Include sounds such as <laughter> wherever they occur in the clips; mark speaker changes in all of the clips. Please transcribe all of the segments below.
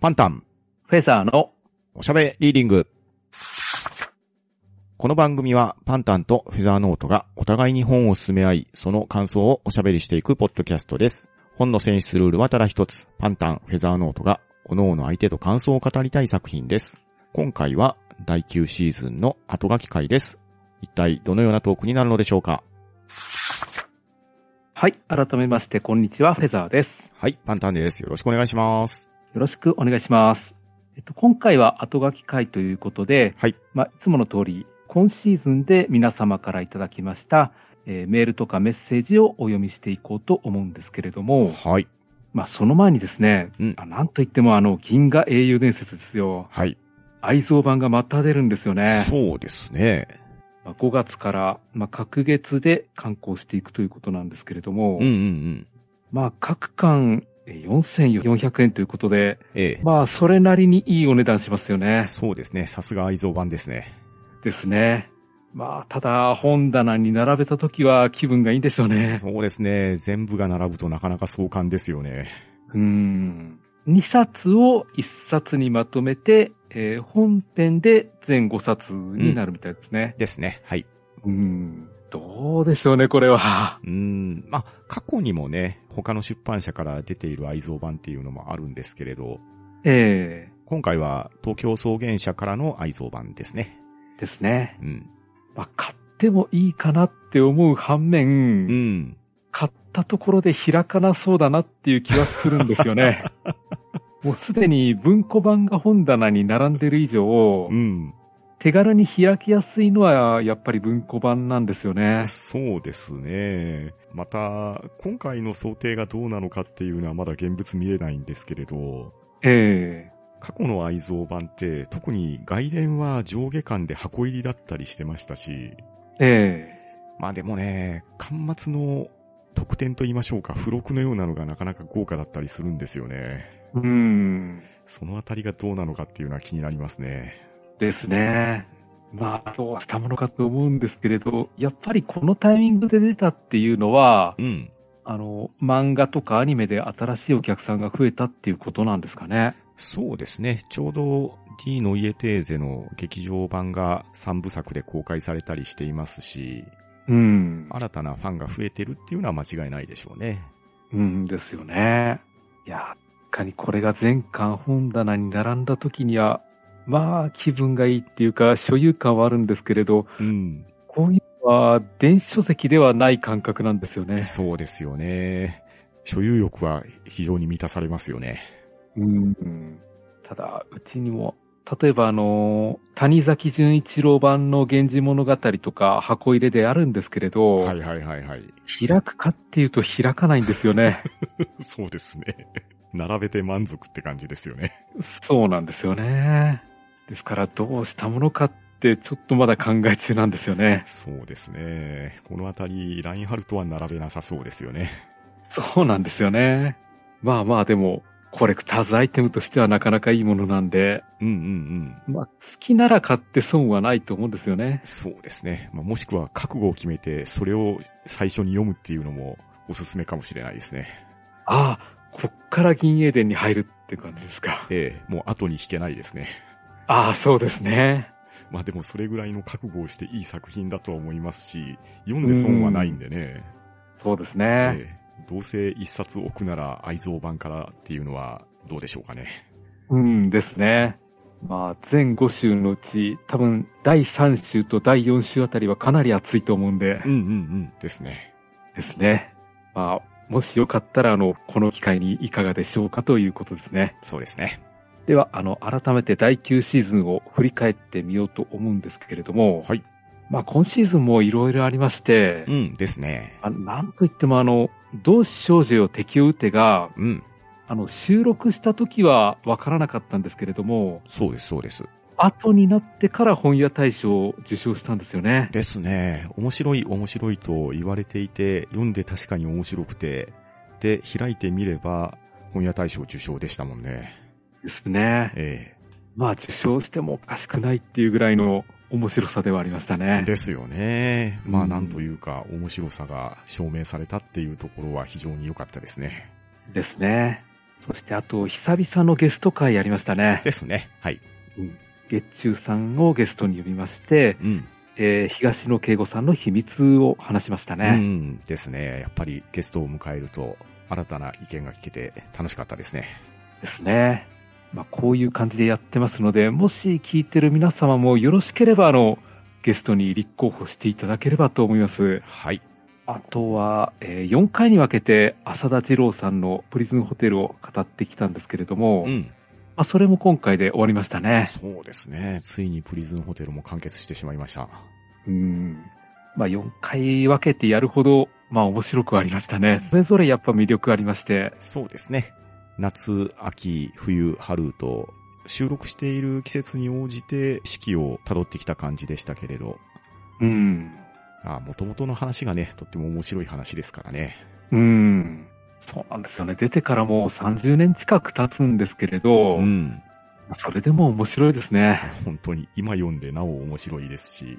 Speaker 1: パンタン、
Speaker 2: フェザーの、
Speaker 1: おしゃべりリーディング。この番組はパンタンとフェザーノートがお互いに本を進め合い、その感想をおしゃべりしていくポッドキャストです。本の選出ルールはただ一つ、パンタン、フェザーノートが、各々相手と感想を語りたい作品です。今回は第9シーズンの後書き会です。一体どのようなトークになるのでしょうか
Speaker 2: はい、改めまして、こんにちは、フェザーです。
Speaker 1: はい、パンタンです。よろしくお願いします。
Speaker 2: よろしくお願いします。えっと、今回は後書き会ということで、
Speaker 1: はい。
Speaker 2: まあ、いつもの通り、今シーズンで皆様からいただきました、えーメールとかメッセージをお読みしていこうと思うんですけれども、
Speaker 1: はい。
Speaker 2: まあ、その前にですね、
Speaker 1: うん
Speaker 2: あなんといってもあの、銀河英雄伝説ですよ。
Speaker 1: はい。
Speaker 2: 愛蔵版がまた出るんですよね。
Speaker 1: そうですね。
Speaker 2: まあ、5月から、まあ、各月で刊行していくということなんですけれども、
Speaker 1: うんうんうん。
Speaker 2: まあ、各巻えー4400円ということで、
Speaker 1: え
Speaker 2: まあ、それなりにいいお値段しますよ
Speaker 1: え。
Speaker 2: ね。
Speaker 1: <laughs> そうですね。さすが愛蔵版ですね。
Speaker 2: ですね。まあ、ただ、本棚に並べた時は気分がいいんでしょうね。
Speaker 1: そうですね。全部が並ぶとなかなか壮観ですよね。
Speaker 2: うーん。2冊を1冊にまとめて、えー本編で全5冊になるみたいですね。
Speaker 1: ですね。はい。
Speaker 2: うーん。どうでしょうね、これは。
Speaker 1: うーん。まあ、過去にもね、他の出版社から出ている愛蔵版っていうのもあるんですけれど、
Speaker 2: え
Speaker 1: 今回は東京草原社からの愛蔵版ですね。
Speaker 2: えですね。
Speaker 1: うん。
Speaker 2: まあ、買ってもいいかなって思う反面、
Speaker 1: うん。
Speaker 2: 買ったところで開かなそうだなっていう気はするんですよ
Speaker 1: <laughs>
Speaker 2: ね。もうすでに文庫版が本棚に並んでる以上
Speaker 1: う、ん。
Speaker 2: 手軽に開きやすいのはやっぱり文庫版なんですよね。
Speaker 1: そうですね。また、今回の想定がどうなのかっていうのはまだ現物見れないんですけれど、
Speaker 2: ええ
Speaker 1: 過去の愛蔵版って特に外伝は上下巻で箱入りだったりしてましたし、
Speaker 2: え
Speaker 1: まあでもね、端末の特典と言いましょうか、付録のようなのがなかなか豪華だったりするんですよね。
Speaker 2: えうん。
Speaker 1: そのあたりがどうなのかっていうのは気になりますね。
Speaker 2: ですね。まあ、どうしたものかと思うんですけれど、やっぱりこのタイミングで出たっていうのは、
Speaker 1: うん。
Speaker 2: あの、漫画とかアニメで新しいお客さんが増えたっていうことなんですかね。
Speaker 1: そうですね。ちょうど D のイエテーゼの劇場版が3部作で公開されたりしていますし、
Speaker 2: うん。
Speaker 1: 新たなファンが増えてるっていうのは間違いないでしょうね。
Speaker 2: うんですよね。いや、確かにこれが全巻本棚に並んだ時には、まあ気分がいいっていうか所有感はあるんですけれど、
Speaker 1: うん。
Speaker 2: こういうのは電子書籍ではない感覚なんですよね。
Speaker 1: そうですよね。所有欲は非常に満たされますよね。
Speaker 2: うん、ただ、うちにも、例えばあの、谷崎潤一郎版の源氏物語とか箱入れであるんですけれど、
Speaker 1: はいはいはいはい。
Speaker 2: 開くかっていうと開かないんですよね。
Speaker 1: そうですね。 <laughs> 並べて満足って感じですよね。
Speaker 2: そうなんですよね。ですから、どうしたものかって、ちょっとまだ考え中なんですよね。
Speaker 1: そうですね。このあたり、ラインハルトは並べなさそうですよね。
Speaker 2: そうなんですよね。まあまあ、でも、コレクターズアイテムとしてはなかなかいいものなんで、
Speaker 1: うんうんうん。
Speaker 2: まあ、好きなら買って損はないと思うんですよね。
Speaker 1: そうですね。まあ、もしくは覚悟を決めて、それを最初に読むっていうのもおすすめかもしれないですね。
Speaker 2: ああ、こっから銀英伝に入るって感じですか。
Speaker 1: ええ、もう後に引けないですね。
Speaker 2: ああ、そうですね。
Speaker 1: まあでもそれぐらいの覚悟をしていい作品だとは思いますし、読んで損はないんでね。
Speaker 2: そうです
Speaker 1: え
Speaker 2: ね。
Speaker 1: えどうせ一冊置くなら愛蔵版からっていうのはどうでしょうかね。
Speaker 2: うんですね。まあ、全5週のうち、多分、第3週と第4週あたりはかなり熱いと思うんで。
Speaker 1: うんうんうん。ですね。
Speaker 2: ですね。まあ、もしよかったら、あの、この機会にいかがでしょうかということですね。
Speaker 1: そうですね。
Speaker 2: では、あの、改めて第9シーズンを振り返ってみようと思うんですけれども、
Speaker 1: はい。
Speaker 2: まあ、今シーズンもいろいろありまして、
Speaker 1: うんですね。
Speaker 2: あなんといってもあの、同志少女よ敵を撃てが、
Speaker 1: うん。
Speaker 2: あの、収録した時はわからなかったんですけれども、
Speaker 1: そうです、そうです。
Speaker 2: 後になってから本屋大賞を受賞したんですよね。
Speaker 1: ですね。面白い面白いと言われていて、読んで確かに面白くて、で、開いてみれば、本屋大賞受賞でしたもんね。
Speaker 2: ですね。
Speaker 1: え
Speaker 2: まあ、受賞してもおかしくないっていうぐらいの面白さではありました
Speaker 1: え
Speaker 2: ね。
Speaker 1: ですよね。まあ、
Speaker 2: うん
Speaker 1: なんというか、面白さが証明されたっていうところは非常に良かったですね。
Speaker 2: ですね。そしてあと、久々のゲスト会やりましたね。
Speaker 1: ですね。はい。
Speaker 2: 月中さんをゲストに呼びまして、
Speaker 1: うん。
Speaker 2: えー東野圭吾さんの秘密を話しました
Speaker 1: う
Speaker 2: ね。
Speaker 1: ん。ですね。やっぱりゲストを迎えると、新たな意見が聞けて楽しかったですね。
Speaker 2: ですね。まあ、こういう感じでやってますので、もし聞いてる皆様もよろしければ、あの、ゲストに立候補していただければと思います。
Speaker 1: はい。
Speaker 2: あとは、え4回に分けて浅田二郎さんのプリズムホテルを語ってきたんですけれども、
Speaker 1: う
Speaker 2: ま
Speaker 1: ん。
Speaker 2: あ、それも今回で終わりましたね。
Speaker 1: そうですね。ついにプリズンホテルも完結してしまいました。
Speaker 2: うん。まあ、4回分けてやるほど、まあ、面白くはありましたね。それぞれやっぱ魅力ありまして、
Speaker 1: そうですね。夏、秋、冬、春と、収録している季節に応じて四季を辿ってきた感じでしたけれど、
Speaker 2: うん。
Speaker 1: あ元々の話がね、とっても面白い話ですからね。
Speaker 2: うん。そうなんですよね。出てからもう30年近く経つんですけれど、
Speaker 1: うん。
Speaker 2: それでも面白いですね。
Speaker 1: 本当に今読んでなお面白いですし、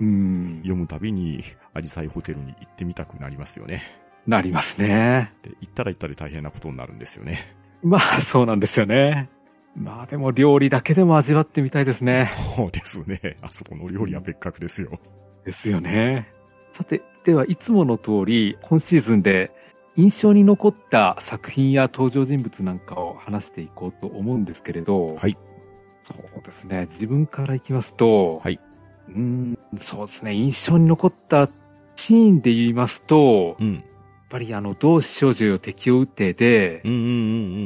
Speaker 2: うん。
Speaker 1: 読むたびにアジサイホテルに行ってみたくなりますよね。
Speaker 2: なりますね。
Speaker 1: で、行ったら行ったで大変なことになるんですよね。
Speaker 2: まあ、そうなんですよね。まあ、でも料理だけでも味わってみたいですね。
Speaker 1: そうですね。あそこの料理は別格ですよ。
Speaker 2: ですよね。さて、ではいつもの通り、今シーズンで印象に残った作品や登場人物なんかを話していこうと思うんですけれど、
Speaker 1: はい。
Speaker 2: そうですね、自分からいきますと、
Speaker 1: はいう
Speaker 2: ーん、そうですね、印象に残ったシーンで言いますと、やっ
Speaker 1: うん。
Speaker 2: ぱりあの、同志少女よ敵を撃てで
Speaker 1: う、んうんうんう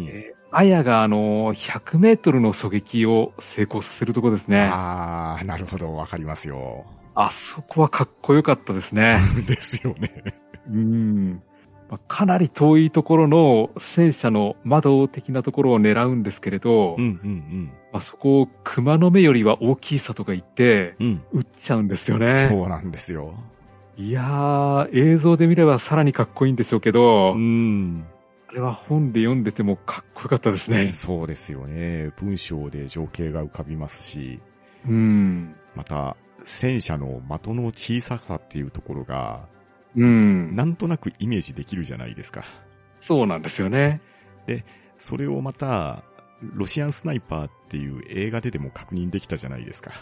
Speaker 1: ん。
Speaker 2: えーアヤがあの、100メートルの狙撃を成功させるとこですね。あ
Speaker 1: あー、なるほど、わかりますよ。
Speaker 2: そこはかっこよかったですね。
Speaker 1: <laughs> ですよね。
Speaker 2: うん。まあかなり遠いところの戦車の窓的なところを狙うんですけれど、
Speaker 1: うんうん
Speaker 2: まあ、そこを熊の目よりは大きいさとか言って、
Speaker 1: うん。うん。
Speaker 2: 撃っちゃうんですよね。
Speaker 1: そうなんですよ。
Speaker 2: いやー、映像で見ればさらにかっこいいんでしょうけど、
Speaker 1: うん。
Speaker 2: あれは本で読んでてもかっこよかったですね。
Speaker 1: そうですよね。文章で情景が浮かびますし、
Speaker 2: うん。
Speaker 1: また、戦車の的の小ささっていうところが、
Speaker 2: うん。
Speaker 1: なんとなくイメージできるじゃないですか。
Speaker 2: そうなんですよね。
Speaker 1: それをまた、ロシアンスナイパーっていう映画ででも確認できたじゃないですか。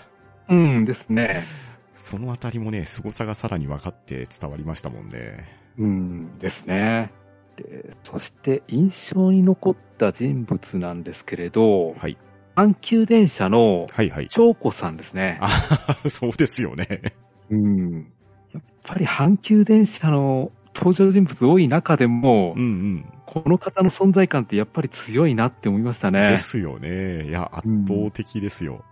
Speaker 2: うんですね。
Speaker 1: そのあたりもね、凄さがさらに分かって伝わりましたもんね。
Speaker 2: うんですね。でそして印象に残った人物なんですけれど、
Speaker 1: はい。
Speaker 2: 阪急電車の
Speaker 1: はいはい。 <laughs>
Speaker 2: 長子さんですね。
Speaker 1: あそうですよね。
Speaker 2: うん。やっぱり阪急電車の登場人物多い中でも、
Speaker 1: うんうん。
Speaker 2: この方の存在感ってやっぱり強いなって思いましたね。
Speaker 1: で
Speaker 2: です
Speaker 1: よね。いや、圧倒的ですよ。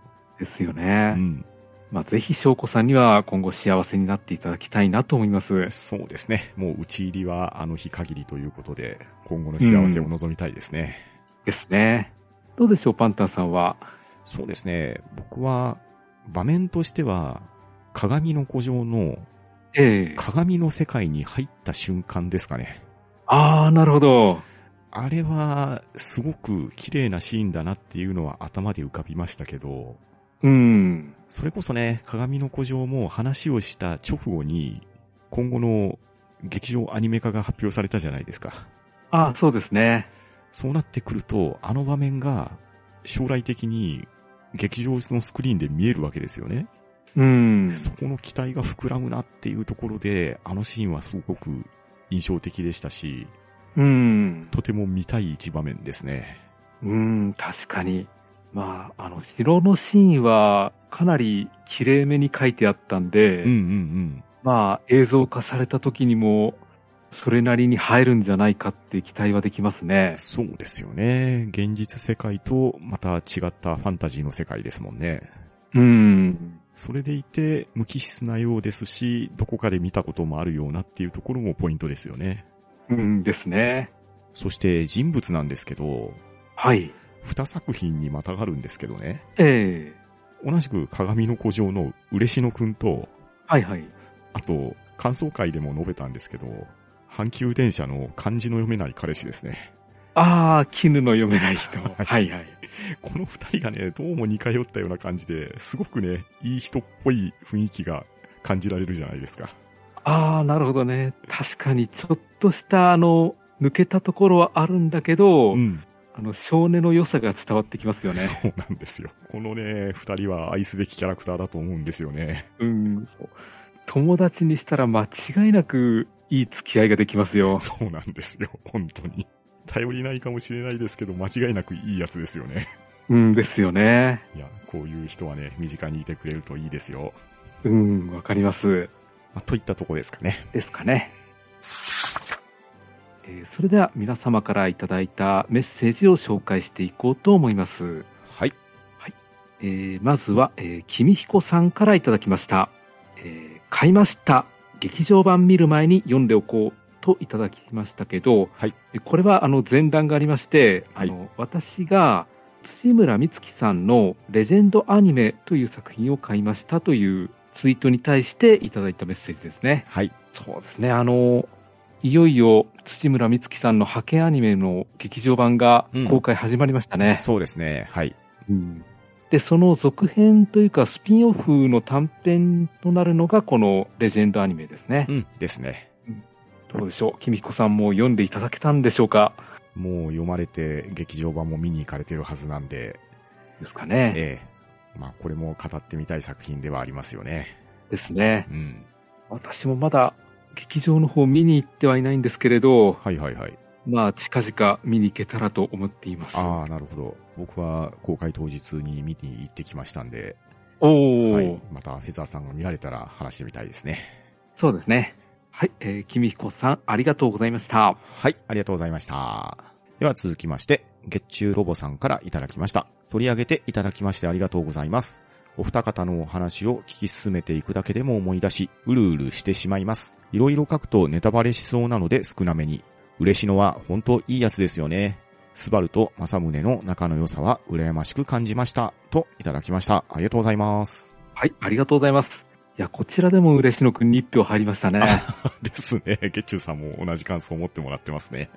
Speaker 2: すよ
Speaker 1: う
Speaker 2: ね。
Speaker 1: ん。
Speaker 2: まあ、ぜひ翔子さんには今後幸せになっていただきたいなと思います。
Speaker 1: そうですね。もう打ち入りはあの日限りということで、今後の幸せを望みたいですね。
Speaker 2: ですね。どうでしょう、パンタンさんは。
Speaker 1: そうですね。僕は、場面としては、鏡の古城の
Speaker 2: ええ
Speaker 1: 鏡の世界に入った瞬間ですかね。
Speaker 2: ああ、なるほど。
Speaker 1: あれは、すごく綺麗なシーンだなっていうのは頭で浮かびましたけど、
Speaker 2: うん。
Speaker 1: それこそね、鏡の古城も話をした直後に、今後の劇場アニメ化が発表されたじゃないですか。
Speaker 2: ああ、そうですね。
Speaker 1: そうなってくると、あの場面が将来的に劇場のスクリーンで見えるわけですよね。
Speaker 2: うん。
Speaker 1: そこの期待が膨らむなっていうところで、あのシーンはすごく印象的でしたし、
Speaker 2: うん。
Speaker 1: とても見たい一場面ですね。
Speaker 2: うん、確かに。まあ、あの、城のシーンはかなり綺麗めに書いてあったんで、
Speaker 1: うんうん
Speaker 2: まあ、映像化された時にも、それなりに入るんじゃないかって期待はできます
Speaker 1: う
Speaker 2: ね
Speaker 1: ん。。そうですよね。現実世界とまた違ったファンタジーの世界ですもんね。
Speaker 2: うん。
Speaker 1: それでいて、無機質なようですし、どこかで見たこともあるようなっていうところもポイントですよね。
Speaker 2: うんですね。
Speaker 1: そして人物なんですけど、
Speaker 2: はい。
Speaker 1: 二作品にまたがるんですけどね。
Speaker 2: ええ
Speaker 1: 同じく鏡の古城の嬉野くんと、
Speaker 2: はいはい。
Speaker 1: あと、感想会でも述べたんですけど、阪急電車の漢字の読めない彼氏ですね。 <laughs>
Speaker 2: ああ、絹の読めない人。
Speaker 1: はい
Speaker 2: はいはい。
Speaker 1: この二人がね、どうも似通ったような感じで、すごくね、いい人っぽい雰囲気が感じられるじゃないですか。
Speaker 2: ああ、なるほどね。確かに、ちょっとした、あの、抜けたところはあるんだけど、
Speaker 1: うん。
Speaker 2: ああの、少年の良さが伝わってきますよね。
Speaker 1: そうなんですよ。このね、二人は愛すべきキャラクターだと思うんですよね。
Speaker 2: うん、そう。友達にしたら間違いなくいい付き合いができますよ。
Speaker 1: そうなんですよ。本当に。頼りないかもしれないですけど、間違いなくいいやつですよね。
Speaker 2: うんですよね。
Speaker 1: いや、こういう人はね、身近にいてくれるといいですよ。
Speaker 2: うん、わかります。
Speaker 1: まあ、といったとこですかね。
Speaker 2: ですかね。えーそれでは皆様からいただいたメッセージを紹介していこうと思います。
Speaker 1: はい。
Speaker 2: えーまずは、えー、君彦さんからいただきました。えー買いました。劇場版見る前に読んでおこうといただきましたけど、
Speaker 1: はい
Speaker 2: えこれはあの前段がありまして、
Speaker 1: はい
Speaker 2: あの私が土村美月さんのレジェンドアニメという作品を買いましたというツイートに対していただいたメッセージですね。
Speaker 1: はい。
Speaker 2: そうですね、あの、いよいよ土村美月さんの派遣アニメの劇場版が公開始まりましたね。
Speaker 1: そうですね。はい。
Speaker 2: で、その続編というか、スピンオフの短編となるのが、このレジェンドアニメですね
Speaker 1: う。ん。ですね。
Speaker 2: どうでしょう君彦さんも読んでいただけたんでしょうか
Speaker 1: もう読まれて、劇場版も見に行かれてるはずなんで、
Speaker 2: ですかね。
Speaker 1: ええ。まあ、これも語ってみたい作品ではありますよね。
Speaker 2: ですね。
Speaker 1: うん。
Speaker 2: 私もまだ劇場の方見に行ってはいないんですけれど、
Speaker 1: はいはいはい。
Speaker 2: まあ、近々見に行けたらと思っています。
Speaker 1: ああ、なるほど。僕は公開当日に見に行ってきましたんで、
Speaker 2: おー、
Speaker 1: はい。またフェザーさんが見られたら話してみたいですね。
Speaker 2: そうですね。はい、えー、君彦さん、ありがとうございました。
Speaker 1: はい、ありがとうございました。では続きまして、月中ロボさんからいただきました。取り上げていただきましてありがとうございます。お二方のお話を聞き進めていくだけでも思い出し、うるうるしてしまいます。いろいろ書くとネタバレしそうなので少なめに。嬉しのは本当いいやつですよね。スバルと正宗の仲の良さは羨ましく感じました。といただきました。ありがとうございます。 <laughs>
Speaker 2: はい、ありがとうございます。いや、こちらでも嬉野くんに一票入りましたね。
Speaker 1: ですね。月中さんも同じ感想を持ってもらってますね。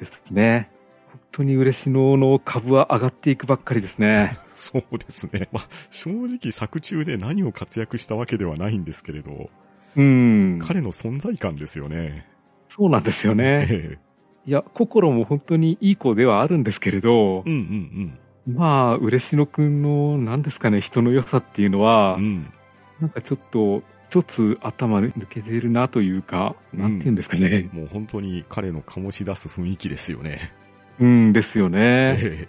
Speaker 2: ですね。本当に嬉野の株は上がっていくばっかりです
Speaker 1: <laughs>
Speaker 2: ね。
Speaker 1: そうですね。まあ、正直作中で何を活躍したわけではないんですけれど、
Speaker 2: うん。
Speaker 1: 彼の存在感ですよね。
Speaker 2: そうなんですよね。
Speaker 1: <laughs> え
Speaker 2: いや、心も本当にいい子ではあるんですけれど
Speaker 1: えう、ん
Speaker 2: まあ、嬉野くんの、何ですかね、人の良さっていうの
Speaker 1: うん
Speaker 2: は
Speaker 1: うん。う、ん。
Speaker 2: なんかちょっと、一つ頭抜けてるなというか、
Speaker 1: うん
Speaker 2: なんて言うんですかね。
Speaker 1: もう本当に彼の醸し出す雰囲気ですよね。
Speaker 2: うんですよね。
Speaker 1: ええ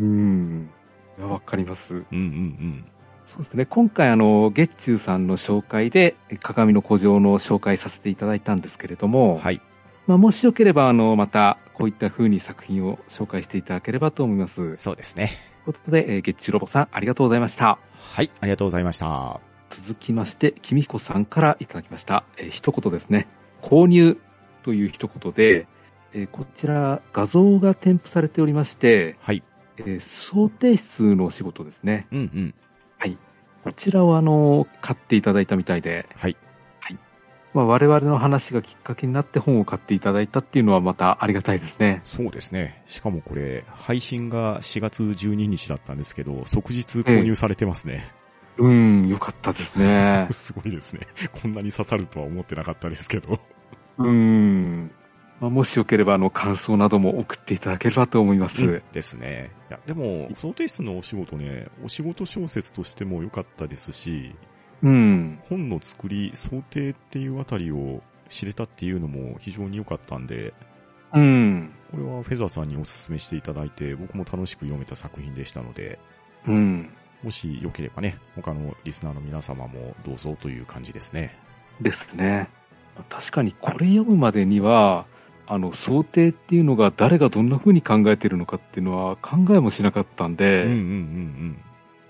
Speaker 2: うん。いやわかります。
Speaker 1: うんうん
Speaker 2: そうですね。今回、あの、月中さんの紹介で、鏡の古城の紹介させていただいたんですけれど
Speaker 1: うん。
Speaker 2: も、
Speaker 1: はい。
Speaker 2: まあ、もしよければ、あの、また、こういった風に作品を紹介していただければと思います。という
Speaker 1: そうですね。
Speaker 2: ことで、えー、月中ロボさん、ありがとうございました。
Speaker 1: はい、ありがとうございました。
Speaker 2: 続きまして、君彦さんからいただきました。えー一言ですね。購入という一言で、えーこちら、画像が添付されておりまして、
Speaker 1: はい。
Speaker 2: えー想定室のお仕事ですね。
Speaker 1: うんうん。
Speaker 2: こちらを、あの、買っていただいたみたいで、
Speaker 1: はい。
Speaker 2: まあ、我々の話がきっかけになって本を買っていただいたっていうのはまたありがたいですね。
Speaker 1: そうですね。しかもこれ、配信が4月12日だったんですけど、即日購入されてますね。。
Speaker 2: うん、よかったですね
Speaker 1: <laughs> すごいですね。こんなに刺さるとは思ってなかったですけど。
Speaker 2: うーん。まあ、もしよければ、あの、感想なども送っていただければと思います。
Speaker 1: ですね。いや、でも、想定室のお仕事ね、お仕事小説としても良かったですし、
Speaker 2: うん。
Speaker 1: 本の作り、想定っていうあたりを知れたっていうのも非常に良かったんで、
Speaker 2: うん。
Speaker 1: これはフェザーさんにお勧めしていただいて、僕も楽しく読めた作品でしたので、
Speaker 2: うん。
Speaker 1: もし良ければね、他のリスナーの皆様もどうぞという感じですね。
Speaker 2: ですね。まあ確かに、これ読むまでには、あの、想定っていうのが誰がどんな風に考えてるのかっていうのは考えもしなかった
Speaker 1: う
Speaker 2: ん
Speaker 1: んうんうん
Speaker 2: で、
Speaker 1: うん。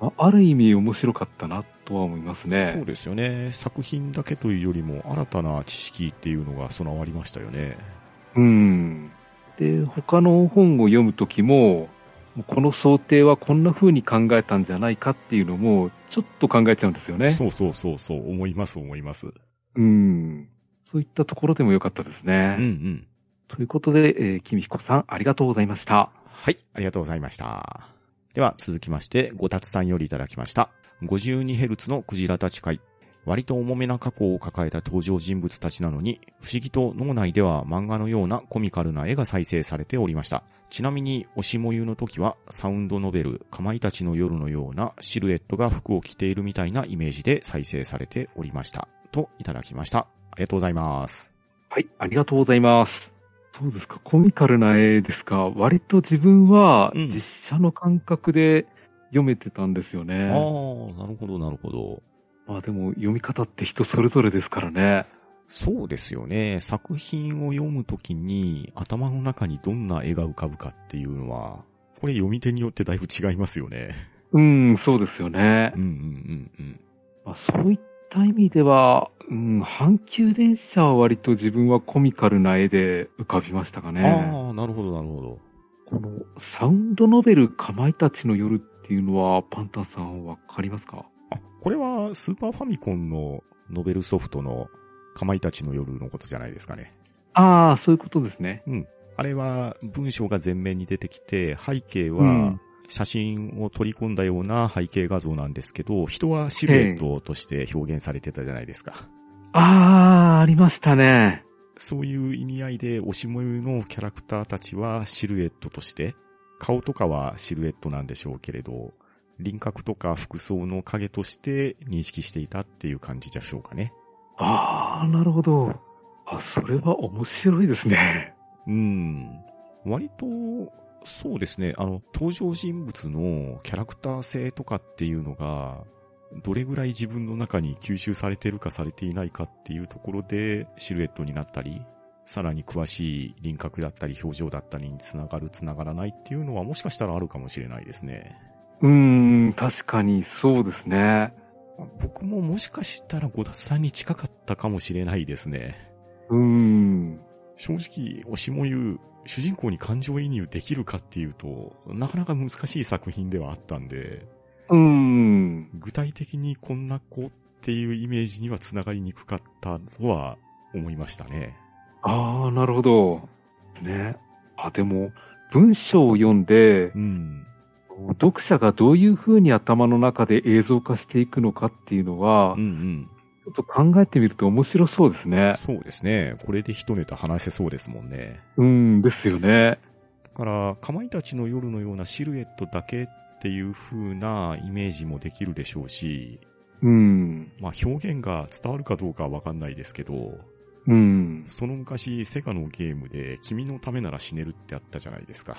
Speaker 2: まあある意味面白かったなとは思います
Speaker 1: そ
Speaker 2: ね
Speaker 1: う。ですよね。作品だけというよりも新たな知識っていうのが備わりましたよね。
Speaker 2: うん。で、他の本を読むときも、もうこの想定はこんな風に考えたんじゃないかっていうのも、ちょっと考えちゃうんですよね。
Speaker 1: そうそうそうそう、思います思います。
Speaker 2: うん。そういったところでもよかったですね。
Speaker 1: うんうん。
Speaker 2: ということで、えー、君彦さん、ありがとうございました。
Speaker 1: はい、ありがとうございました。では続きまして、ごたつさんよりいただきました。52Hz のクジラたち会。割と重めな過去を抱えた登場人物たちなのに、不思議と脳内では漫画のようなコミカルな絵が再生されておりました。ちなみに、おしもゆの時は、サウンドノベル、かまいたちの夜のようなシルエットが服を着ているみたいなイメージで再生されておりました。と、いただきました。ありがとうございます。
Speaker 2: はい、ありがとうございます。そうですか、コミカルな絵ですか。割と自分は
Speaker 1: うん
Speaker 2: 実写の感覚で読めてたんですよ
Speaker 1: ああ
Speaker 2: ね。
Speaker 1: ー、なるほど、なるほど。
Speaker 2: まあでも読み方って人それぞれですからね。
Speaker 1: そうですよね。作品を読むときに頭の中にどんな絵が浮かぶかっていうのは、これ読み手によってだいぶ違いますよね。
Speaker 2: うん、そうですよね
Speaker 1: うん。うんうんうん。
Speaker 2: まあ、そういった意味では、うん、阪急電車は割と自分はコミカルな絵で浮かびましたかね。
Speaker 1: ああ、なるほどなるほど。
Speaker 2: このサウンドノベルかまいたちの夜っていうのはパンタンさんわかりますか
Speaker 1: あ、これはスーパーファミコンのノベルソフトのかまいたちの夜のことじゃないですかね。
Speaker 2: ああ、そういうことですね。
Speaker 1: あれは文章が前面に出てきて、背景
Speaker 2: う
Speaker 1: は
Speaker 2: ん
Speaker 1: 写真を取り込んだような背景画像なんですけど、人はシルエットとして表現されてたじゃないですか。
Speaker 2: ああ、ありましたね。
Speaker 1: そういう意味合いで、おしもゆのキャラクターたちはシルエットとして、顔とかはシルエットなんでしょうけれど、輪郭とか服装の影として認識していたっていう感じでしょうかね。
Speaker 2: ああ、なるほど。あ、それは面白いですね。
Speaker 1: うん。割と、そうですね、あの、登場人物のキャラクター性とかっていうのが、どれぐらい自分の中に吸収されてるかされていないかっていうところでシルエットになったり、さらに詳しい輪郭だったり表情だったりにつながるつながらないっていうのはもしかしたらあるかもしれないですね。
Speaker 2: うーん、確かにそうですね。
Speaker 1: 僕ももしかしたらゴダさんに近かったかもしれないですね。
Speaker 2: うーん。
Speaker 1: 正直、おしもゆう、主人公に感情移入できるかっていうと、なかなか難しい作品ではあったんで、
Speaker 2: うーん。
Speaker 1: 具体的にこんな子っていうイメージには繋がりにくかったとは思いましたね。
Speaker 2: ああ、なるほど。ね。あ、でも、文章を読んで、
Speaker 1: うん。
Speaker 2: 読者がどういうふうに頭の中で映像化していくのかっていうのは、
Speaker 1: うんうん。
Speaker 2: ちょっと考えてみると面白そうですね。
Speaker 1: そうですね。これで一ネタ話せそうですもんね。
Speaker 2: うん、ですよね。
Speaker 1: だから、かまいたちの夜のようなシルエットだけっていう風なイメージもできるでしょうし、
Speaker 2: うん。
Speaker 1: まあ表現が伝わるかどうかはわかんないですけど、
Speaker 2: うん。
Speaker 1: その昔、セガのゲームで、君のためなら死ねるってあったじゃないですか。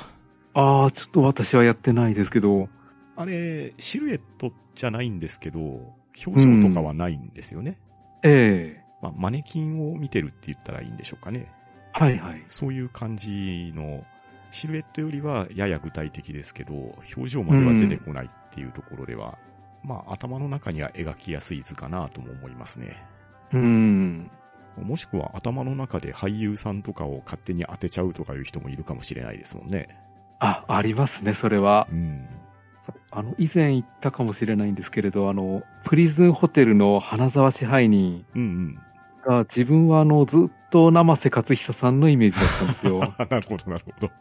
Speaker 2: ああ、ちょっと私はやってないですけど、
Speaker 1: あれ、シルエットじゃないんですけど、表情とかはないんですよね。
Speaker 2: ええ
Speaker 1: まあ、マネキンを見てるって言ったらいいんでしょうかね。
Speaker 2: はいはい。
Speaker 1: そういう感じの、シルエットよりはやや具体的ですけど、表情までは出てこないっていうところでは、まあ、頭の中には描きやすい図かなとも思いますね。
Speaker 2: うん。
Speaker 1: もしくは頭の中で俳優さんとかを勝手に当てちゃうとかいう人もいるかもしれないですもんね。
Speaker 2: あ、ありますね、それは。
Speaker 1: うん。
Speaker 2: あの、以前言ったかもしれないんですけれど、あの、プリズンホテルの花沢支配人
Speaker 1: うんうん。
Speaker 2: が、自分はあの、ずっと生瀬勝久さんのイメージだったんですよ。 <laughs> だ
Speaker 1: あなるほど、なるほど。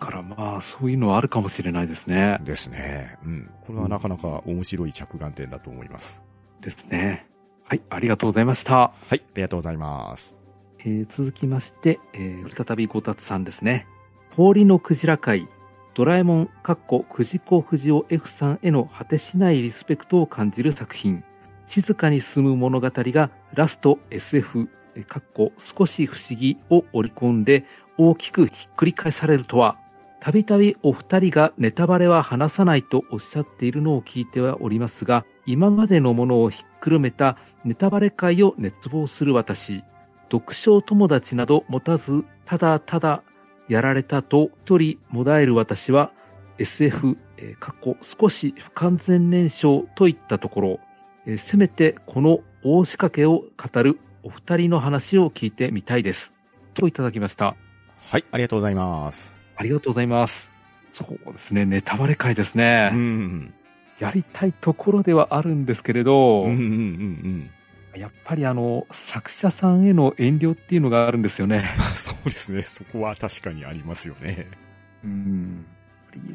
Speaker 2: からまあ、そういうのはあるかもしれないですね。
Speaker 1: ですね。うん。これはなかなか面白い着眼点だと思います。
Speaker 2: ですね。はい、ありがとうございました。
Speaker 1: はい、ありがとうございます。
Speaker 2: えー続きまして、えー再びごたつさんですね。氷のクジラ界、ドラえもん、かっこ、藤子不二雄 F さんへの果てしないリスペクトを感じる作品。静かに進む物語がラスト SF、えーかっこ、少し不思議を織り込んで大きくひっくり返されるとは、たびたびお二人がネタバレは話さないとおっしゃっているのを聞いてはおりますが、今までのものをひっくるめたネタバレ会を熱望する私。読書友達など持たず、ただただやられたと一人もだえる私は、SF、えー過去少し不完全燃焼といったところ、えーせめてこの大仕掛けを語るお二人の話を聞いてみたいです。といただきました。
Speaker 1: はい、ありがとうございます。
Speaker 2: ありがとうございます。そうですね、ネタバレ会です
Speaker 1: う
Speaker 2: ね。
Speaker 1: ん。
Speaker 2: やりたいところではあるんですけれど、
Speaker 1: うん、うん、うん、うん。
Speaker 2: やっぱりあの、作者さんへの遠慮っていうのがあるんですよね。
Speaker 1: <laughs> そうですね。そこは確かにありますよね。
Speaker 2: うん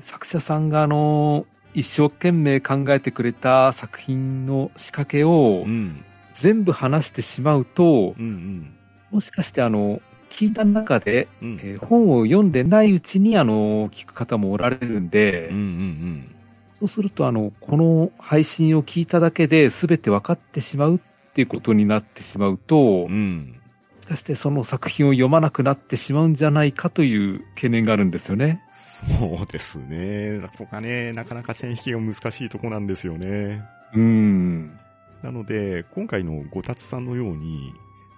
Speaker 2: 作者さんがあの、一生懸命考えてくれた作品の仕掛けを
Speaker 1: うん。
Speaker 2: 全部話してしまうと
Speaker 1: う、ん
Speaker 2: もしかしてあの、聞いた中で、
Speaker 1: うん。うん。
Speaker 2: えー本を読んでないうちにあの、聞く方もおられるんで、
Speaker 1: うんうん
Speaker 2: そうするとあの、この配信を聞いただけで全て分かってしまうっていうことになってしまうと、
Speaker 1: うん。う
Speaker 2: も
Speaker 1: ん。
Speaker 2: しかしてその作品を読まなくなってしまうんじゃないかという懸念があるんですよね。
Speaker 1: そうですね。ここがね、なかなか線引きが難しいとこなんですよね。
Speaker 2: うん。
Speaker 1: なので、今回のごたつさんのように、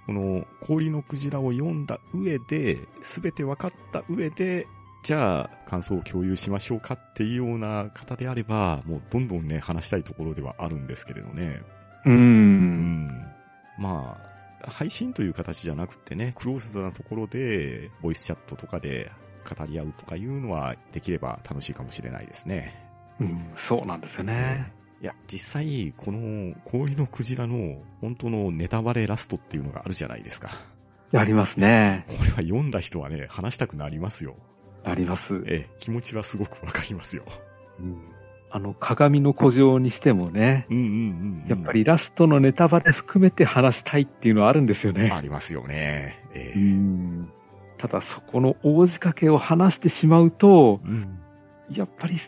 Speaker 1: この氷のクジラを読んだ上で、すべて分かった上で、じゃあ感想を共有しましょうかっていうような方であれば、もうどんどんね、話したいところではあるんですけれどね。
Speaker 2: う。
Speaker 1: うんん。まあ、配信という形じゃなくてね、クローズドなところで、ボイスチャットとかで語り合うとかいうのは、できれば楽しいかもしれないですね。
Speaker 2: うん、そうなんですよね。
Speaker 1: いや、実際、この氷のクジラの本当のネタバレラストっていうのがあるじゃないですか。
Speaker 2: ありますね。
Speaker 1: これは読んだ人はね、話したくなりますよ。
Speaker 2: あります。
Speaker 1: ええ、気持ちはすごくわかりますよ。
Speaker 2: あの、鏡の古城にしてもね、
Speaker 1: うんうんうん、
Speaker 2: やっぱりラストのネタバレ含めて話したいっていうのはあるんですよ
Speaker 1: あ
Speaker 2: ね。
Speaker 1: りますよね。ええ。
Speaker 2: うんただそこの大仕掛けを話してしまうと、
Speaker 1: うん。
Speaker 2: やっぱり、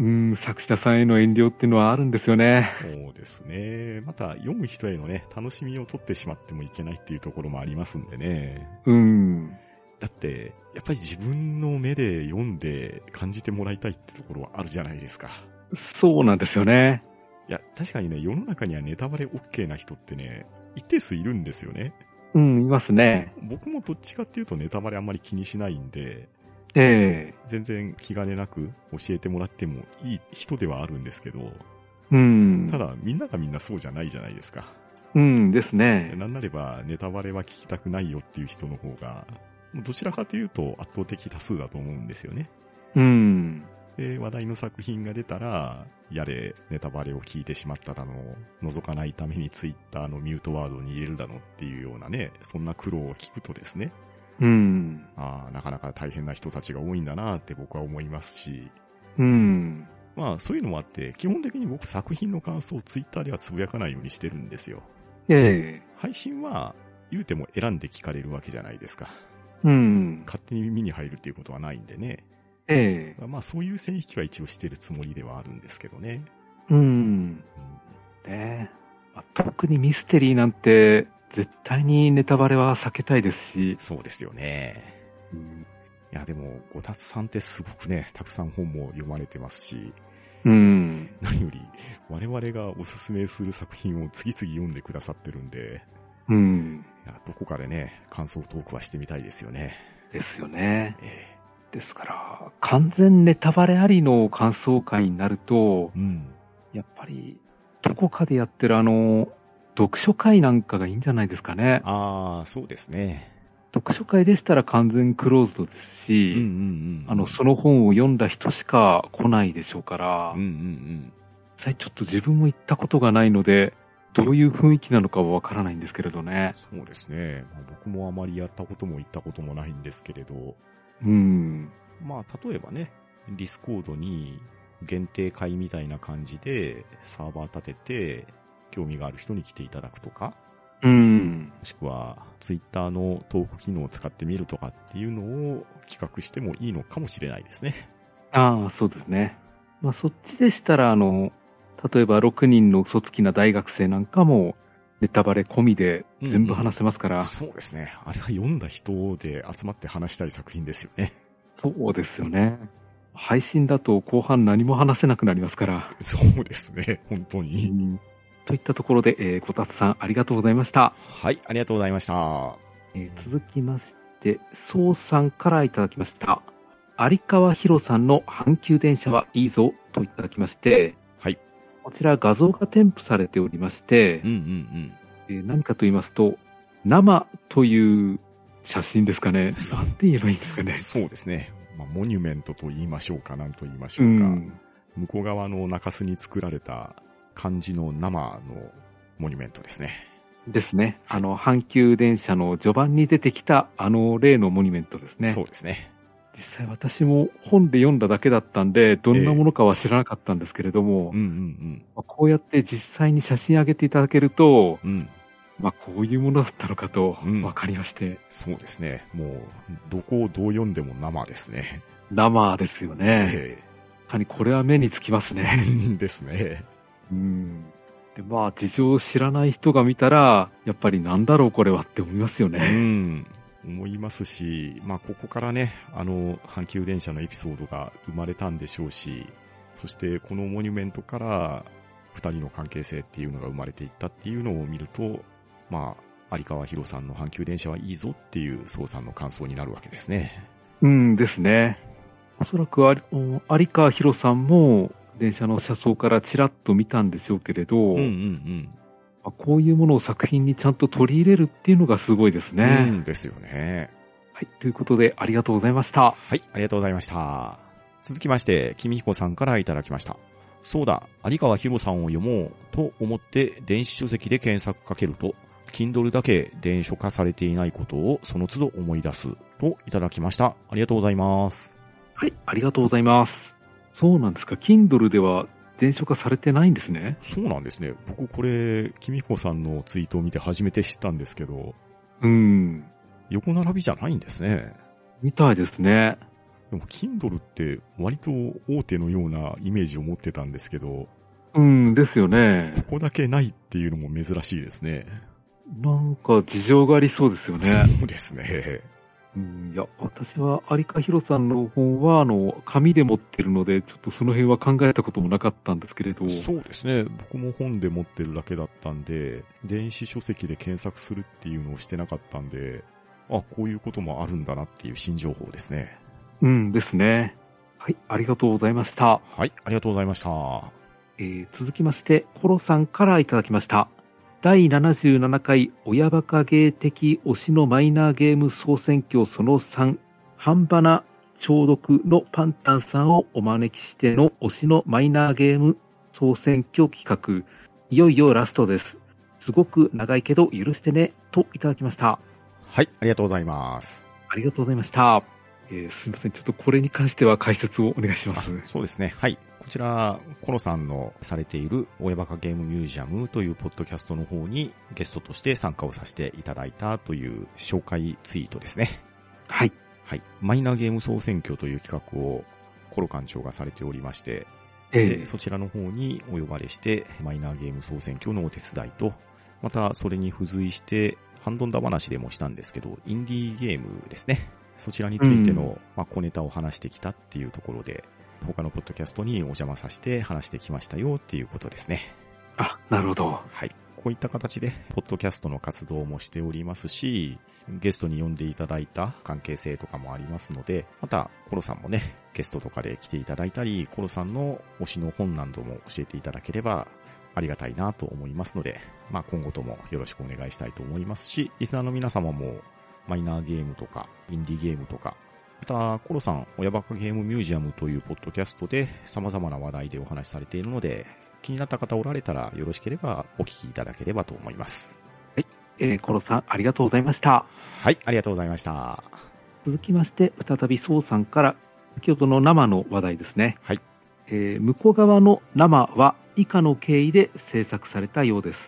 Speaker 2: うん、作者さんへの遠慮っていうのはあるんですよね。
Speaker 1: そうですね。また、読む人へのね、楽しみを取ってしまってもいけないっていうところもありますんでね。
Speaker 2: うん。
Speaker 1: だって、やっぱり自分の目で読んで感じてもらいたいってところはあるじゃないですか。
Speaker 2: そうなんですよね。
Speaker 1: いや、確かにね、世の中にはネタバレ OK な人ってね、一定数いるんですよね。
Speaker 2: うん、いますね。
Speaker 1: 僕もどっちかっていうとネタバレあんまり気にしないんで、
Speaker 2: ええ
Speaker 1: 全然気兼ねなく教えてもらってもいい人ではあるんですけど、
Speaker 2: うん。
Speaker 1: た。だみんながみんなそうじゃないじゃないですか。
Speaker 2: うんですね。
Speaker 1: なんなればネタバレは聞きたくないよっていう人の方が、どちらかというと圧倒的多数だと思うんですよね。
Speaker 2: うん。
Speaker 1: で、話題の作品が出たら、やれ、ネタバレを聞いてしまっただの、覗かないためにツイッターのミュートワードに入れるだのっていうようなね、そんな苦労を聞くとですね、
Speaker 2: うん。
Speaker 1: ああ、なかなか大変な人たちが多いんだなって僕は思いますし、
Speaker 2: うん。
Speaker 1: まあそういうのもあって、基本的に僕作品の感想をツイッターではつぶやかないようにしてるんですよ。
Speaker 2: ええ
Speaker 1: 配信は、言うても選んで聞かれるわけじゃないですか。
Speaker 2: うん。
Speaker 1: 勝手に耳に入るっていうことはないんでね。
Speaker 2: ええ
Speaker 1: まあそういう線引きは一応してるつもりではあるんですけどね。
Speaker 2: うん。
Speaker 1: うん
Speaker 2: ねまあ特にミステリーなんて、絶対にネタバレは避けたいですし、
Speaker 1: そうですよね。いや、でも、ごたつさんってすごくね、たくさん本も読まれてますし、
Speaker 2: うん。
Speaker 1: 何より、我々がおすすめする作品を次々読んでくださってるんで、
Speaker 2: うん。
Speaker 1: いやどこかでね、感想トークはしてみたいですよね。
Speaker 2: ですよね。
Speaker 1: え
Speaker 2: ですから、完全ネタバレありの感想会になると
Speaker 1: え、うん。
Speaker 2: やっぱり、どこかでやってるあの、読書会なんかがいいんじゃないですかね。
Speaker 1: ああ、そうですね。
Speaker 2: 読書会でしたら完全クローズドですし、
Speaker 1: うんうんうん。
Speaker 2: あの、その本を読んだ人しか来ないでしょうから、
Speaker 1: うんうんうん。
Speaker 2: 実際ちょっと自分も行ったことがないので、どういう雰囲気なのかはわからないんですけれどね。
Speaker 1: そうですね。まあ、僕もあまりやったことも行ったこともないんですけれど、
Speaker 2: うん。
Speaker 1: まあ、例えばね、ディスコードに限定会みたいな感じでサーバー立てて、興味がある人に来ていただくとか、
Speaker 2: うん。
Speaker 1: もしくは、ツイッターのトーク機能を使ってみるとかっていうのを企画してもいいのかもしれないですね。
Speaker 2: ああ、そうですね。まあ、そっちでしたら、あの、例えば6人の嘘つきな大学生なんかも、ネタバレ込みで全部話せますから、
Speaker 1: そうですね。あれは読んだ人で集まって話したい作品ですよね。
Speaker 2: そうですよね。配信だと後半何も話せなくなりますから。
Speaker 1: <laughs> そうですね。本当
Speaker 2: う
Speaker 1: に。
Speaker 2: んといったところで、えー、こたつさんありがとうございました。
Speaker 1: はい、ありがとうございました。
Speaker 2: えー続きまして、そうさんからいただきました。有川博さんの阪急電車はいいぞといただきまして、
Speaker 1: はい。
Speaker 2: こちら画像が添付されておりまして
Speaker 1: うん、うん
Speaker 2: えー何かと言いますと、生という写真ですかね。
Speaker 1: そう
Speaker 2: なんて言えばいいんですか
Speaker 1: うん。
Speaker 2: ね。
Speaker 1: <laughs> そうですね。まあ、モニュメントと言いましょうか、なんと言いまし
Speaker 2: う
Speaker 1: ょうか。
Speaker 2: ん。
Speaker 1: 向こう側の中州に作られた漢字の生のモニュメントですね。
Speaker 2: ですね。あの、阪急電車の序盤に出てきた、あの例のモニュメントですね。
Speaker 1: そうですね。
Speaker 2: 実際私も本で読んだだけだったんで、どんなものかは知らなかったんですけれども、
Speaker 1: うんうん
Speaker 2: まあこうやって実際に写真上げていただけると、
Speaker 1: うん。うん。
Speaker 2: まあ、こういうものだったのかと
Speaker 1: うん
Speaker 2: 分かりまして、
Speaker 1: そうですね。もう、どこをどう読んでも生ですね。
Speaker 2: 生ですよね。
Speaker 1: え
Speaker 2: 確かにこれは目につきます
Speaker 1: え <laughs>
Speaker 2: ね。
Speaker 1: ですね。
Speaker 2: うんでまあ、事情を知らない人が見たら、やっぱりなんだろうこれはって思いますよ
Speaker 1: う
Speaker 2: ね。
Speaker 1: ん。思いますし、まあ、ここからね、あの、阪急電車のエピソードが生まれたんでしょうし、そしてこのモニュメントから、二人の関係性っていうのが生まれていったっていうのを見ると、まあ、有川博さんの阪急電車はいいぞっていう宋さんの感想になるわけですね。
Speaker 2: うんですね。おそらくありお有川博さんも、電車の車窓からちらっと見たんでしょうけれど、
Speaker 1: うんうん
Speaker 2: まあこういうものを作品にちゃんと取り入れるっていうのがすごいです
Speaker 1: う
Speaker 2: ね。
Speaker 1: ん。うんですよね。
Speaker 2: はい、ということでありがとうございました。
Speaker 1: はい、ありがとうございました。続きまして、君彦さんからいただきました。そうだ、有川博さんを読もうと思って電子書籍で検索かけると、Kindle だけ電書化されていないことをその都度思い出すといただきました。ありがとうございます。
Speaker 2: はい、ありがとうございます。そうなんですか、Kindle では電書化されてないんですね。
Speaker 1: そうなんですね。僕これ、君彦さんのツイートを見て初めて知ったんですけど、
Speaker 2: うん、
Speaker 1: 横並びじゃないんですね。
Speaker 2: みたいですね。
Speaker 1: でも、Kindle って割と大手のようなイメージを持ってたんですけど、
Speaker 2: うん、ですよね。
Speaker 1: ここだけないっていうのも珍しいですね。
Speaker 2: なんか事情がありそうですよね。
Speaker 1: そうですね。
Speaker 2: うん、いや、私は有川博さんの本は、あの、紙で持ってるので、ちょっとその辺は考えたこともなかったんですけれど。
Speaker 1: そうですね。僕も本で持ってるだけだったんで、電子書籍で検索するっていうのをしてなかったんで、あ、こういうこともあるんだなっていう新情報ですね。
Speaker 2: うんですね。はい、ありがとうございまし
Speaker 1: は
Speaker 2: た。
Speaker 1: い、ありがとうございました。は
Speaker 2: えー続きまして、コロさんからいただきました。第77回親バカゲー的推しのマイナーゲーム総選挙その3、半端な聴読のパンタンさんをお招きしての推しのマイナーゲーム総選挙企画、いよいよラストです。すごく長いけど許してね、といただきました。
Speaker 1: い、ありがとうございます。
Speaker 2: ありがとうございました。えーすみません。ちょっとこれに関しては解説をお願いしま
Speaker 1: あ
Speaker 2: す。
Speaker 1: そうですね。はい。こちら、コロさんのされている、親バカゲームミュージアムというポッドキャストの方にゲストとして参加をさせていただいたという紹介ツイートですね。
Speaker 2: はい。
Speaker 1: はい。マイナーゲーム総選挙という企画をコロ館長がされておりまして、
Speaker 2: え
Speaker 1: で、
Speaker 2: ー
Speaker 1: そちらの方にお呼ばれして、マイナーゲーム総選挙のお手伝いと、またそれに付随して、ハンドンダ話でもしたんですけど、インディーゲームですね。そちらについての、
Speaker 2: うん
Speaker 1: まあ、小ネタを話してきたっていうところで、他のポッドキャストにお邪魔させて話してきましたよっていうことですね。
Speaker 2: あ、なるほど。
Speaker 1: はい。こういった形で、ポッドキャストの活動もしておりますし、ゲストに呼んでいただいた関係性とかもありますので、また、コロさんもね、ゲストとかで来ていただいたり、コロさんの推しの本なども教えていただければ、ありがたいなと思いますので、まあ今後ともよろしくお願いしたいと思いますし、リスナーの皆様も、マイナーゲームとか、インディーゲームとか、また、コロさん、親バカゲームミュージアムというポッドキャストで様々な話題でお話しされているので、気になった方おられたらよろしければお聞きいただければと思います。
Speaker 2: えーコロさん、ありがとうございました。
Speaker 1: はい、ありがとうございました。
Speaker 2: 続きまして、再び宋さんから、先ほどの生の話題ですね。
Speaker 1: はい。
Speaker 2: えー向こう側の生は以下の経緯で制作されたようです。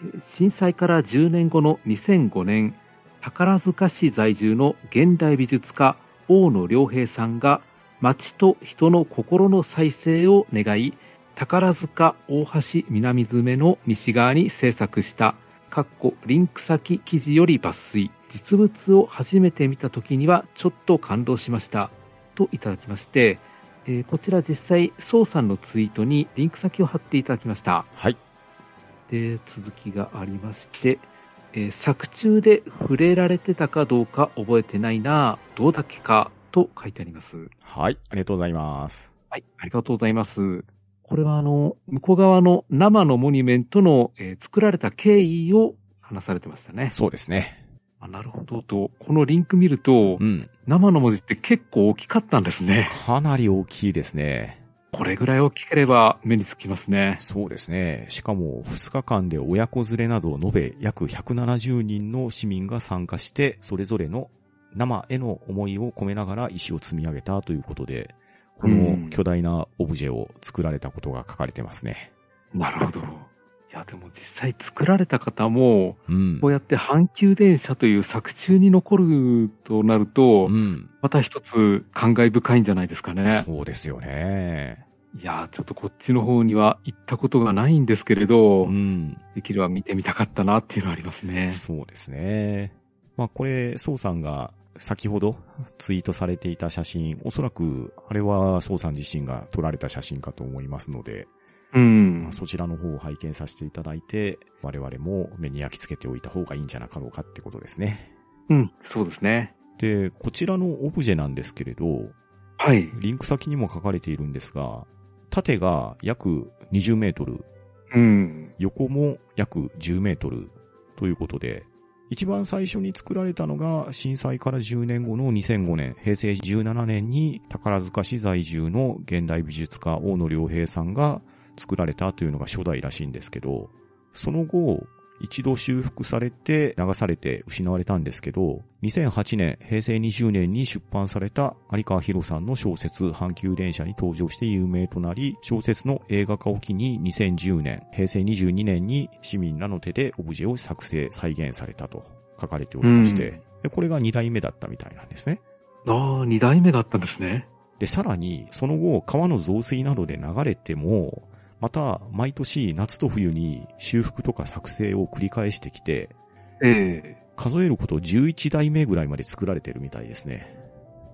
Speaker 2: えー震災から10年後の2005年、宝塚市在住の現代美術家、大野良平さんが、街と人の心の再生を願い、宝塚大橋南詰の西側に制作したかっこリンク先記事より抜粋。実物を初めて見た時にはちょっと感動しました。といただきまして、えーこちら実際、宋さんのツイートにリンク先を貼っていただきました。
Speaker 1: はい。
Speaker 2: で、続きがありまして、えー作中で触れられてたかどうか覚えてないなぁどうだっけか、と書いてあります。
Speaker 1: はい、ありがとうございます。
Speaker 2: はい、ありがとうございます。これはあの、向こう側の生のモニュメントの、えー作られた経緯を話されてましたね。
Speaker 1: <laughs> そうですね。
Speaker 2: あなるほどと、このリンク見ると
Speaker 1: う、ん。
Speaker 2: 生の文字って結構大きかったんですね。
Speaker 1: かなり大きいですね。
Speaker 2: これぐらい大きければ目につきますね。
Speaker 1: そうですね。しかも、2日間で親子連れなど延べ約170人の市民が参加して、それぞれの生への思いを込めながら石を積み上げたということで、こ
Speaker 2: う
Speaker 1: の
Speaker 2: ん
Speaker 1: 巨大なオブジェを作られたことが書かれてますね。
Speaker 2: なるほど。いや、でも実際作られた方も、
Speaker 1: うん
Speaker 2: こう。やって阪急電車という作中に残るとなると、
Speaker 1: うん。
Speaker 2: また一つ感慨深いんじゃないですかね。
Speaker 1: そうですよね。
Speaker 2: いやー、ちょっとこっちの方には行ったことがないんですけれど、
Speaker 1: うん。
Speaker 2: できれば見てみたかったなっていうのはありますね。
Speaker 1: そうですね。まあこれ、宋さんが先ほどツイートされていた写真、おそらくあれは宋さん自身が撮られた写真かと思いますので、
Speaker 2: うん
Speaker 1: まあ。そちらの方を拝見させていただいて、我々も目に焼き付けておいた方がいいんじゃなかろうかってことですね。
Speaker 2: うん、そうですね。
Speaker 1: で、こちらのオブジェなんですけれど、
Speaker 2: はい。
Speaker 1: リンク先にも書かれているんですが、縦が約20メートル、
Speaker 2: うん。
Speaker 1: 横も約10メートルということで、一番最初に作られたのが震災から10年後の2005年、平成17年に宝塚市在住の現代美術家大野良平さんが作られたというのが初代らしいんですけど、その後、一度修復されて流されて失われたんですけど、2008年、平成20年に出版された有川博さんの小説、阪急電車に登場して有名となり、小説の映画化を機に2010年、平成22年に市民らの手でオブジェを作成、再現されたと書かれておりまして、
Speaker 2: うん
Speaker 1: でこれが2代目だったみたいなんですね。
Speaker 2: ああ、二代目だったんですね。
Speaker 1: で、さらに、その後、川の増水などで流れても、また、毎年、夏と冬に修復とか作成を繰り返してきて、
Speaker 2: ええ
Speaker 1: 数えること11代目ぐらいまで作られてるみたいですね。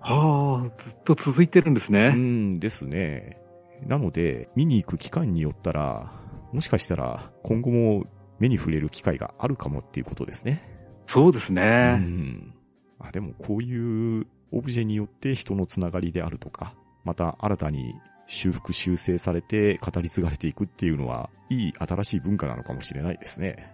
Speaker 2: はあ、ずっと続いてるんです
Speaker 1: う
Speaker 2: ね。
Speaker 1: んですね。なので、見に行く期間によったら、もしかしたら、今後も目に触れる機会があるかもっていうことですね。
Speaker 2: そうです
Speaker 1: う
Speaker 2: ね。
Speaker 1: ん。あ、でもこういうオブジェによって人のつながりであるとか、また新たに修復修正されて語り継がれていくっていうのは、いい新しい文化なのかもしれないですね。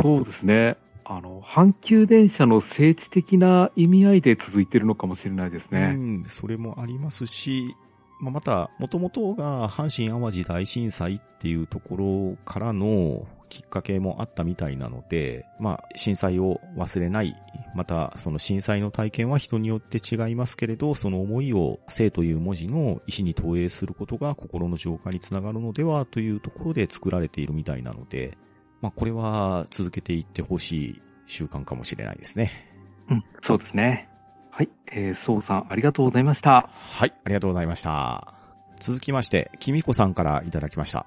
Speaker 2: そうですね。あの、阪急電車の政治的な意味合いで続いてるのかもしれないです
Speaker 1: う
Speaker 2: ね。
Speaker 1: ん、それもありますし、まあ、また、元々が阪神淡路大震災っていうところからのきっかけもあったみたいなので、まあ、震災を忘れない、また、その震災の体験は人によって違いますけれど、その思いを生という文字の石に投影することが心の浄化につながるのではというところで作られているみたいなので、まあ、これは続けていってほしい習慣かもしれないですね。
Speaker 2: うん、そうですね。はい。えー、そうさん、ありがとうございました。
Speaker 1: はい、ありがとうございました。続きまして、きみこさんからいただきました。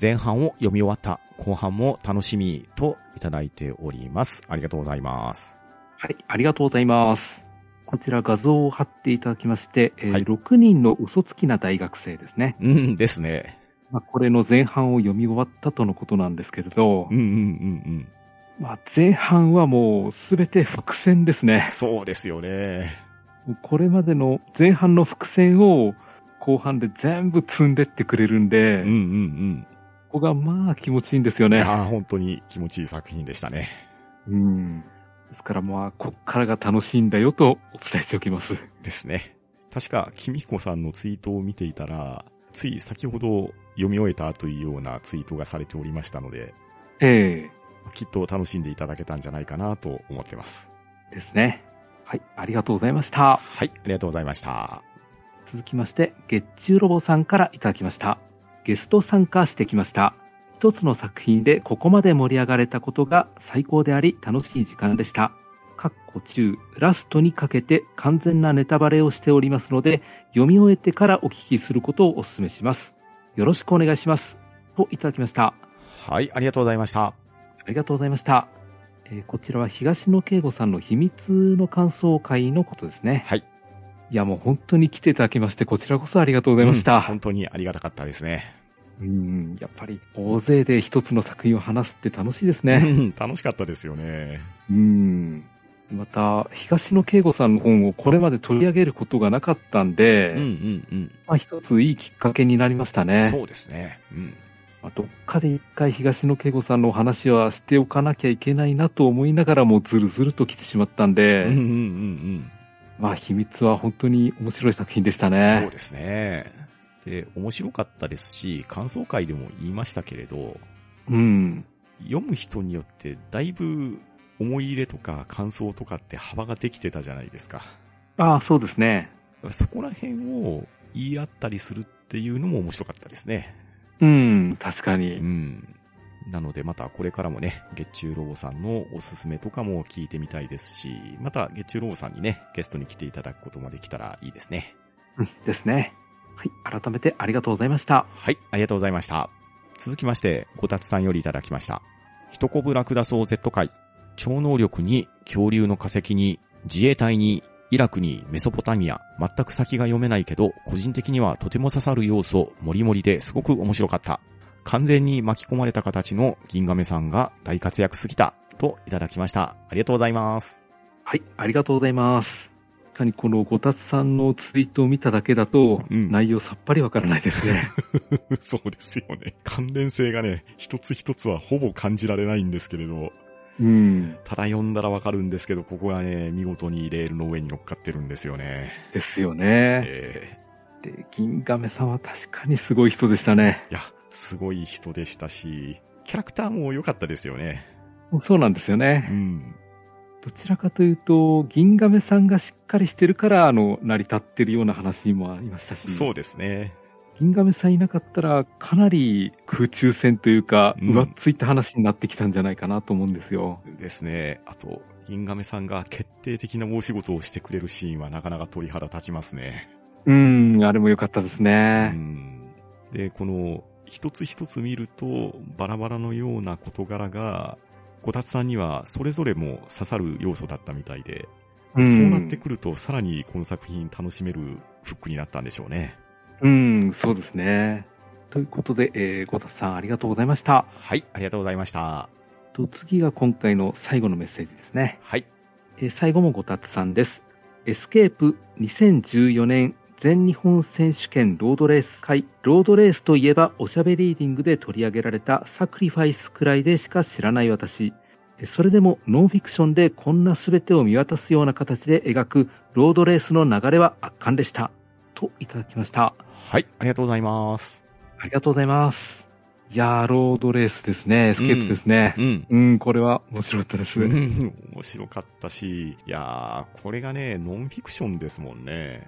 Speaker 1: 前半を読み終わった、後半も楽しみといただいております。ありがとうございます。
Speaker 2: はい、ありがとうございます。こちら画像を貼っていただきまして、えー
Speaker 1: はい
Speaker 2: 6人の嘘つきな大学生ですね。
Speaker 1: うんですね。
Speaker 2: まあ、これの前半を読み終わったとのことなんですけれど
Speaker 1: うん、うんうん
Speaker 2: まあ、前半はもうすべて伏線です
Speaker 1: う
Speaker 2: ね
Speaker 1: ん。。そうですよね。
Speaker 2: もうこれまでの前半の伏線を後半で全部積んでってくれるんで、
Speaker 1: うんうんうん。
Speaker 2: ここがまあ気持ちいいんですよ
Speaker 1: い
Speaker 2: ね。
Speaker 1: やー本当に気持ちいい作品でしたね。
Speaker 2: うん。ですからまあ、こっからが楽しいんだよとお伝えしておきます。
Speaker 1: ですね。確か、きみこさんのツイートを見ていたら、つい先ほど読み終えたというようなツイートがされておりましたので、
Speaker 2: ええ
Speaker 1: きっと楽しんでいただけたんじゃないかなと思ってます。
Speaker 2: ですね。はい、ありがとうございました。
Speaker 1: はい、ありがとうございました。
Speaker 2: 続きまして、月中ロボさんからいただきました。ゲスト参加してきました。一つの作品でここまで盛り上がれたことが最高であり楽しい時間でした。括弧中、ラストにかけて完全なネタバレをしておりますので、読み終えてからお聞きすることをお勧めします。よろしくお願いします。といただきました。
Speaker 1: はい、ありがとうございました。
Speaker 2: ありがとうございました。えーこちらは東野圭吾さんの秘密の感想会のことですね。
Speaker 1: はい。
Speaker 2: いやもう本当に来ていただきまして、こちらこそありがとうございました。
Speaker 1: うん本当にありがたかったですね。
Speaker 2: うん、やっぱり大勢で一つの作品を話すって楽しいです
Speaker 1: う
Speaker 2: ね。
Speaker 1: ん楽しかったですよね。
Speaker 2: うん。また、東野圭吾さんの本をこれまで取り上げることがなかったんで、
Speaker 1: ん
Speaker 2: まあ一ついいきっかけになりましたね。
Speaker 1: うですね。うん。
Speaker 2: まあ、どっかで一回東野圭吾さんのお話はしておかなきゃいけないなと思いながらもずるずると来てしまったんで、
Speaker 1: うんうんうん
Speaker 2: まあ秘密は本当に面白い作品でした
Speaker 1: うん。そう
Speaker 2: ね。
Speaker 1: ですね。で、面白かったですし、感想会でも言いましたけれど、
Speaker 2: うん。
Speaker 1: 読む人によってだいぶ思い入れとか感想とかって幅ができてたじゃないですか。
Speaker 2: ああ、そうですね。
Speaker 1: そこら辺を言い合ったりするっていうのも面白かったですね。
Speaker 2: うん、確か
Speaker 1: う
Speaker 2: に。
Speaker 1: ん。なのでまたこれからもね、月中ロボさんのおすすめとかも聞いてみたいですし、また月中ロボさんにね、ゲストに来ていただくこともできたらいいですね。
Speaker 2: うん、ですね。はい、改めてありがとうございました。
Speaker 1: はい、ありがとうございました。続きまして、ごたつさんよりいただきました。ヒトコブラクダソウ Z 回。超能力に、恐竜の化石に、自衛隊に、イラクに、メソポタミア、全く先が読めないけど、個人的にはとても刺さる要素、もりもりですごく面白かった。完全に巻き込まれた形の銀亀さんが大活躍すぎた、といただきました。ありがとうございます。
Speaker 2: はい、ありがとうございます。確かにこのごたつさんのツイートを見ただけだと、
Speaker 1: うん
Speaker 2: 内容さっぱりわからないです
Speaker 1: <laughs>
Speaker 2: ね。
Speaker 1: <laughs> そうですよね。関連性がね、一つ一つはほぼ感じられないんですけれど、
Speaker 2: うん、
Speaker 1: ただ読んだらわかるんですけど、ここがね、見事にレールの上に乗っかってるんですよね。
Speaker 2: ですよね。
Speaker 1: え
Speaker 2: で、銀亀さんは確かにすごい人でしたね
Speaker 1: え。いや、すごい人でしたし、キャラクターも良かったですよね。
Speaker 2: そうなんですよ
Speaker 1: う
Speaker 2: ね。
Speaker 1: ん。
Speaker 2: どちらかというと、銀亀さんがしっかりしてるから、あの、成り立ってるような話もありましたし。
Speaker 1: そうですね。
Speaker 2: 銀亀さんいなかったら、かなり空中戦というか、
Speaker 1: うん
Speaker 2: 上っついた話になってきたんじゃないかなと思うんですよ。
Speaker 1: ですね。あと、銀亀さんが決定的な大仕事をしてくれるシーンはなかなか鳥肌立ちますね。
Speaker 2: うん、あれも良かったです
Speaker 1: う
Speaker 2: ね。
Speaker 1: ん。で、この、一つ一つ見ると、バラバラのような事柄が、小達さんにはそれぞれも刺さる要素だったみたいで、
Speaker 2: ん
Speaker 1: そうなってくると、さらにこの作品楽しめるフックになったんでしょうね。
Speaker 2: うん、そうですね。ということで、えー、ごたさんありがとうございました。
Speaker 1: はい、ありがとうございました。
Speaker 2: と次が今回の最後のメッセージですね。
Speaker 1: はい。
Speaker 2: えー最後もごたつさんです。エスケープ2014年全日本選手権ロードレース会。ロードレースといえばおしゃべりーディングで取り上げられたサクリファイスくらいでしか知らない私。えーそれでもノンフィクションでこんな全てを見渡すような形で描くロードレースの流れは圧巻でした。といただきました。
Speaker 1: はい、ありがとうございます。
Speaker 2: ありがとうございます。いやー、ロードレースですね。エスケープですね。
Speaker 1: ん。
Speaker 2: うん、これは面白かったです。
Speaker 1: <laughs> 面白かったし、いやー、これがね、ノンフィクションですもんね。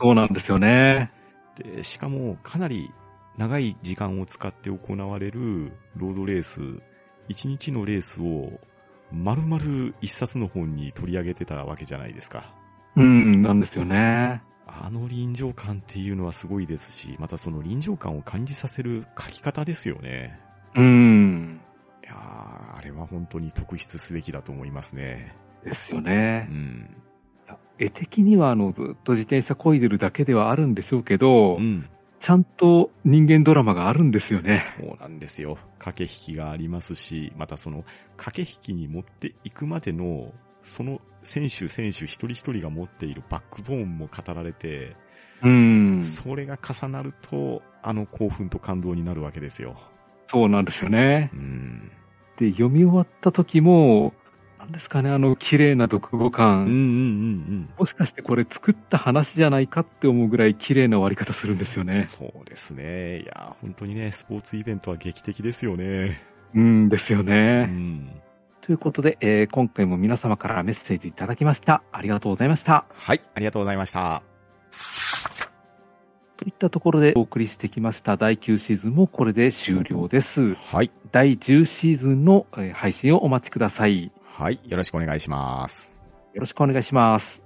Speaker 2: そうなんですよね。
Speaker 1: で、しかも、かなり長い時間を使って行われるロードレース、1日のレースを、丸々一冊の本に取り上げてたわけじゃないですか。
Speaker 2: うん、なんですよね。
Speaker 1: あの臨場感っていうのはすごいですし、またその臨場感を感じさせる書き方ですよね。
Speaker 2: うん、
Speaker 1: いやー、あれは本当に特筆すべきだと思いますね。
Speaker 2: です
Speaker 1: う
Speaker 2: よね。
Speaker 1: ん。
Speaker 2: いや絵的には、あの、ずっと自転車漕いでるだけではあるんでしょうけど、
Speaker 1: うん。
Speaker 2: ちゃんと人間ドラマがあるんですよね。
Speaker 1: そうなんですよ。駆け引きがありますし、またその駆け引きに持っていくまでの、その選手選手一人一人が持っているバックボーンも語られて、
Speaker 2: うん、そ
Speaker 1: それが重なると、あの興奮と感動になるわけですよ。
Speaker 2: うなんですよね
Speaker 1: う。ん。
Speaker 2: で、読み終わった時も、なんですかね、あの、綺麗な読語
Speaker 1: う
Speaker 2: 感。
Speaker 1: んうんうん
Speaker 2: もしかしてこれ作った話じゃないかって思うぐらい綺麗な終わり方するんですよ
Speaker 1: うん。
Speaker 2: ね。
Speaker 1: そうですね。いやー、本当にね、スポーツイベントは劇的ですよね。
Speaker 2: うんですよ
Speaker 1: う
Speaker 2: ね。
Speaker 1: ん。
Speaker 2: ということで、えー今回も皆様からメッセージいただきました。ありがとうございました。
Speaker 1: はい、ありがとうございました。
Speaker 2: といったところでお送りしてきました第9シーズンもこれで終了です。
Speaker 1: はい。
Speaker 2: 第10シーズンのえー配信をお待ちください。
Speaker 1: はい。よろしくお願いします。
Speaker 2: よろしくお願いします。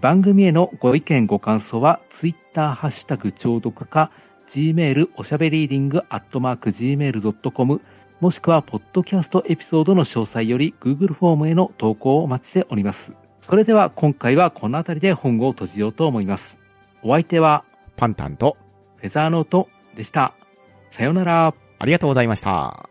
Speaker 2: 番組へのご意見ご感想は、ツイッターハッシュタグ聴読か、gmail おしゃべりーディングアットマーク gmail.com、もしくは、ポッドキャストエピソードの詳細より Google フォームへの投稿をお待ちしております。それでは今回はこのあたりで本を閉じようと思います。お相手は、
Speaker 1: パンタンと、
Speaker 2: フェザーノートでした。さようなら。
Speaker 1: ありがとうございました。